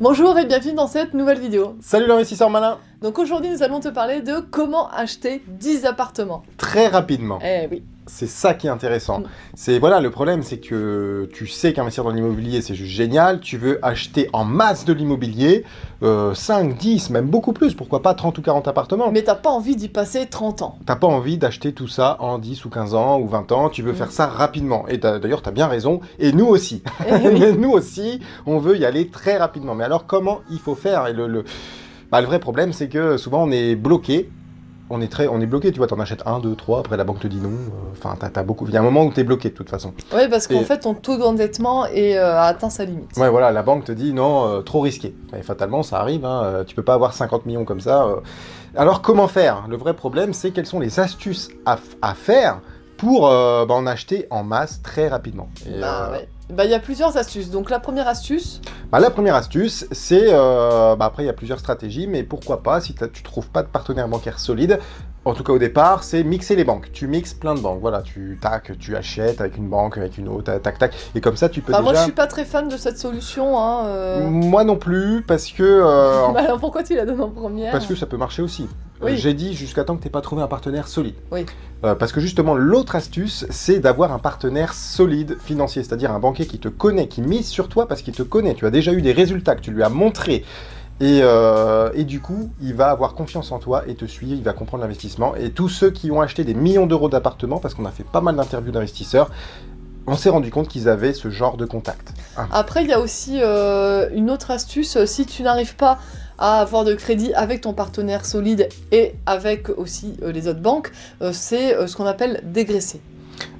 Bonjour et bienvenue dans cette nouvelle vidéo. Salut l'investisseur malin Donc aujourd'hui nous allons te parler de comment acheter 10 appartements. Très rapidement, Eh oui. c'est ça qui est intéressant. Mm. C'est voilà, le problème c'est que tu sais qu'investir dans l'immobilier c'est juste génial, tu veux acheter en masse de l'immobilier, euh, 5, 10, même beaucoup plus, pourquoi pas 30 ou 40 appartements. Mais t'as pas envie d'y passer 30 ans. T'as pas envie d'acheter tout ça en 10 ou 15 ans ou 20 ans, tu veux Mm. faire ça rapidement. Et t'as- d'ailleurs t'as bien raison, et nous aussi. Eh oui. Mais nous aussi, on veut y aller très rapidement. Mais alors, comment il faut faire Et le, le- bah, le vrai problème, c'est que souvent, on est bloqué. On est, très, on est bloqué, tu vois, t'en achètes un, deux, trois, après la banque te dit non. euh, Enfin, t'as t'as beaucoup. Il y a un moment où t'es bloqué, de toute façon. Ouais, parce qu'en Et- fait ton taux d'endettement est, euh, a atteint sa limite. Ouais, voilà, la banque te dit non, euh, trop risqué. Et fatalement, ça arrive, hein, euh, tu peux pas avoir 50 millions comme ça. euh. Alors, comment faire Le vrai problème, c'est quelles sont les astuces à, f- à faire pour euh, bah, en acheter en masse très rapidement. Et, Bah euh, ouais. Bah, il y a plusieurs astuces. Donc la première astuce, Bah, la première astuce, c'est. euh, bah, après, il y a plusieurs stratégies, mais pourquoi pas, si t'as- tu trouves pas de partenaire bancaire solide, en tout cas au départ, c'est mixer les banques. Tu mixes plein de banques. Voilà, tu tac, tu achètes avec une banque, avec une autre, tac, tac, tac. Et comme ça, tu peux bah, moi déjà. je suis pas très fan de cette solution. Hein, euh. Moi non plus, parce que. euh, en- Bah, alors pourquoi tu la donnes en première Parce que ça peut marcher aussi. Euh, Oui. J'ai dit jusqu'à temps que t'aies pas trouvé un partenaire solide. Oui. Euh, parce que justement, l'autre astuce, c'est d'avoir un partenaire solide financier, c'est-à-dire un banquier qui te connaît, qui mise sur toi parce qu'il te connaît. Tu as déjà eu des résultats que tu lui as montrés. Et, euh, et du coup, il va avoir confiance en toi et te suivre, il va comprendre l'investissement. Et tous ceux qui ont acheté des millions d'euros d'appartements, parce qu'on a fait pas mal d'interviews d'investisseurs, on s'est rendu compte qu'ils avaient ce genre de contact. Après, il y a aussi euh, une autre astuce. euh, Si tu n'arrives pas à avoir de crédit avec ton partenaire solide et avec aussi euh, les autres banques, euh, c'est euh, ce qu'on appelle dégraisser.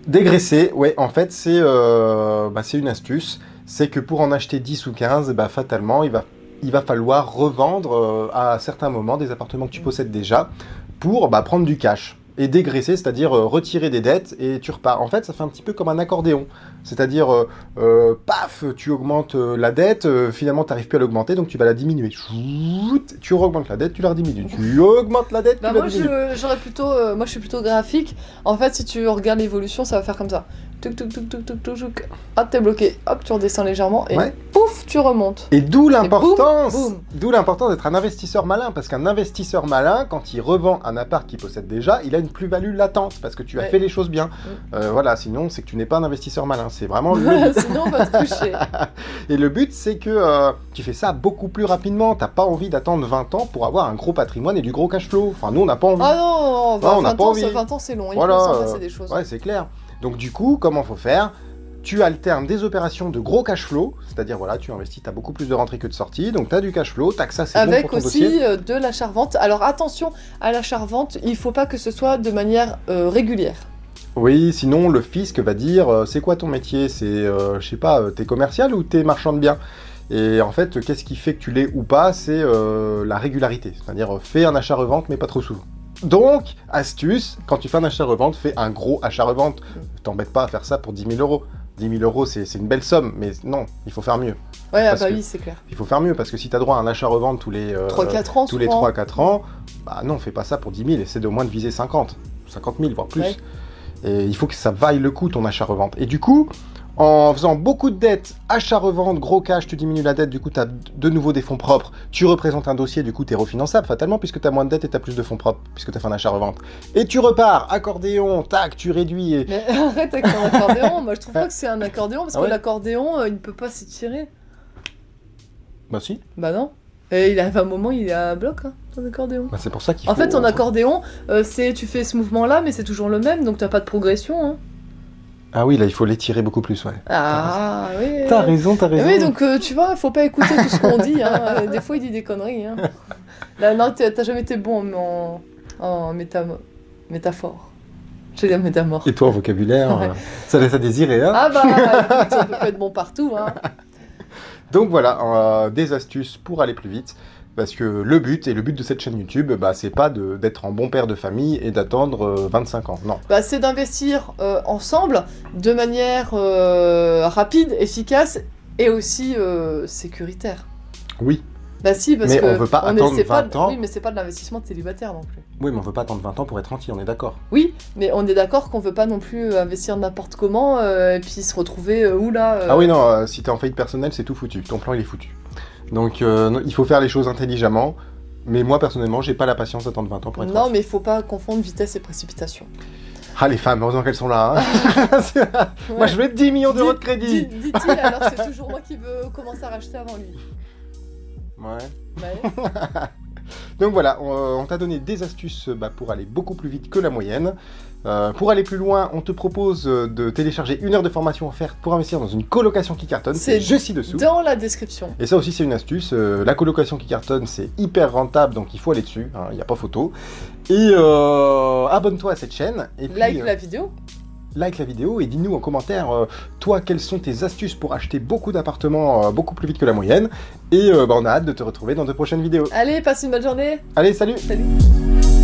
Dégraisser, ouais, en fait, c'est euh, bah, c'est une astuce. C'est que pour en acheter 10 ou 15, bah, fatalement, il va, il va falloir revendre euh, à certains moments des appartements que tu possèdes déjà pour bah, prendre du cash. Et dégraisser, c'est-à-dire euh, retirer des dettes et tu repars. En fait, ça fait un petit peu comme un accordéon. C'est-à-dire, euh, euh, paf, tu augmentes euh, la dette, euh, finalement, tu n'arrives plus à l'augmenter, donc tu vas la diminuer. Chououte, Tu augmentes la dette, tu la diminues. Tu augmentes la dette, tu Bah, la moi, diminues. je- j'aurais plutôt, euh, moi, je suis plutôt graphique. En fait, si tu regardes l'évolution, ça va faire comme ça. Touc, touc, touc, touc, touc, touc, touc. Hop, t'es bloqué. Hop, tu redescends légèrement et Ouais. pouf, tu remontes. Et d'où l'importance, boum, boum. d'où l'importance d'être un investisseur malin, parce qu'un investisseur malin, quand il revend un appart qu'il possède déjà, il a une plus-value latente, parce que tu as Ouais. Mm. fait les choses bien. Ouais. Euh, voilà, sinon c'est que tu n'es pas un investisseur malin, c'est vraiment le but. Sinon, on va te coucher. Et le but, c'est que euh, tu fais ça beaucoup plus rapidement. T'as pas envie d'attendre 20 ans pour avoir un gros patrimoine et du gros cash flow. Enfin, nous, on n'a pas envie. Ah non, Ah, on 20 n'a pas ans, envie. c'est- 20 ans, c'est long. Il Voilà, faut s'en euh, passer des choses. Ouais, c'est clair. Donc du coup, comment faut faire Tu alternes des opérations de gros cash flow, c'est-à-dire voilà, tu investis, tu as beaucoup plus de rentrées que de sorties, donc tu as du cash flow, taxe ça, c'est bon Avec pour ton dossier. aussi euh, de la charvente. Alors attention à la charvente, il faut pas que ce soit de manière euh, régulière. Oui, sinon le fisc va dire euh, c'est quoi ton métier C'est, euh, je sais pas, euh, t'es commercial ou t'es marchand de biens Et en fait, qu'est-ce qui fait que tu l'es ou pas C'est euh, la régularité, c'est-à-dire euh, fais un achat-revente mais pas trop souvent. Donc, astuce, quand tu fais un achat-revente, fais un gros achat-revente. T'embête pas à faire ça pour 10 000 euros. 10 000 euros, c'est c'est une belle somme, mais non, il faut faire mieux. Ouais, ah Parce bah que- oui, c'est clair. Il faut faire mieux parce que si t'as droit à un achat-revente tous les euh, 3-4 ans, tous les souvent. 3-4 ans, bah non, fais pas ça pour 10 000, essaie au moins de viser 50, 50 000, voire plus. Ouais. Et il faut que ça vaille le coup, ton achat-revente. Et du coup, en faisant beaucoup de dettes, achat-revente, gros cash, tu diminues la dette, du coup, tu as de nouveau des fonds propres, tu représentes un dossier, du coup, tu es refinançable fatalement, puisque tu as moins de dettes et tu as plus de fonds propres, puisque tu as fait un achat-revente. Et tu repars, accordéon, tac, tu réduis. Et... Mais arrête avec ton accordéon, moi je trouve pas que c'est un accordéon parce Ah ouais que l'accordéon euh, il ne peut pas s'étirer. Bah si, Bah non. Et il arrive un moment, il est à bloc, hein, ton accordéon. bah, c'est pour ça qu'il En faut- fait, ton accordéon, euh, c'est tu fais ce mouvement là, mais c'est toujours le même, donc t'as pas de progression. Hein. Ah oui, là, il faut l'étirer beaucoup plus, ouais. Ah oui. T'as raison, t'as Eh raison. Oui, donc euh, tu vois, faut pas écouter tout ce qu'on dit. hein. Euh, Des fois, il dit des conneries. Hein. Là, non, t'es- t'as jamais été bon en, en métam- métaphore. Je veux dire métamore. Et toi, en vocabulaire, Ouais. euh, ça laisse à désirer, hein Ah bah, écoute, on peut pas être bon partout. Hein. Donc voilà, euh, des astuces pour aller plus vite. Parce que le but, et le but de cette chaîne YouTube, bah, c'est pas de- d'être en bon père de famille et d'attendre euh, 25 ans. Non. Bah, c'est d'investir euh, ensemble de manière euh, rapide, efficace et aussi euh, sécuritaire. Oui. Bah si, parce Mais que on veut pas est- attendre c'est pas- 20 ans. Oui, mais c'est pas de l'investissement célibataire non plus. Oui, mais on veut pas attendre 20 ans pour être tranquille, on est d'accord. Oui, mais on est d'accord qu'on veut pas non plus investir n'importe comment euh, et puis se retrouver euh, oula. euh, Ah oui, non, euh, si t'es en faillite personnelle, c'est tout foutu. Ton plan, il est foutu. Donc euh, non, il faut faire les choses intelligemment. Mais moi personnellement, j'ai pas la patience d'attendre 20 ans pour être Non, mais il faut pas confondre vitesse et précipitation. prof. Ah les femmes, heureusement qu'elles sont là. hein. C'est- Moi je veux 10 millions d'euros de crédit. Dit- Dit-il, alors c'est toujours moi qui veux commencer à racheter avant lui. Ouais. Ouais. Donc voilà, on, euh, on t'a donné des astuces euh, bah, pour aller beaucoup plus vite que la moyenne. Euh, pour aller plus loin, on te propose euh, de télécharger une heure de formation offerte pour investir dans une colocation qui cartonne. C'est C'est juste ci-dessous. Dans la description. Et ça aussi, c'est une astuce. Euh, la colocation qui cartonne, c'est hyper rentable, donc il faut aller dessus. hein, Il n'y a pas photo. Et euh, abonne-toi à cette chaîne. Et puis, Like euh, la vidéo. like la vidéo et dis-nous en commentaire, euh, toi, quelles sont tes astuces pour acheter beaucoup d'appartements euh, beaucoup plus vite que la moyenne. Et euh, bah, on a hâte de te retrouver dans de prochaines vidéos. Allez, passe une bonne journée. Allez, salut Salut.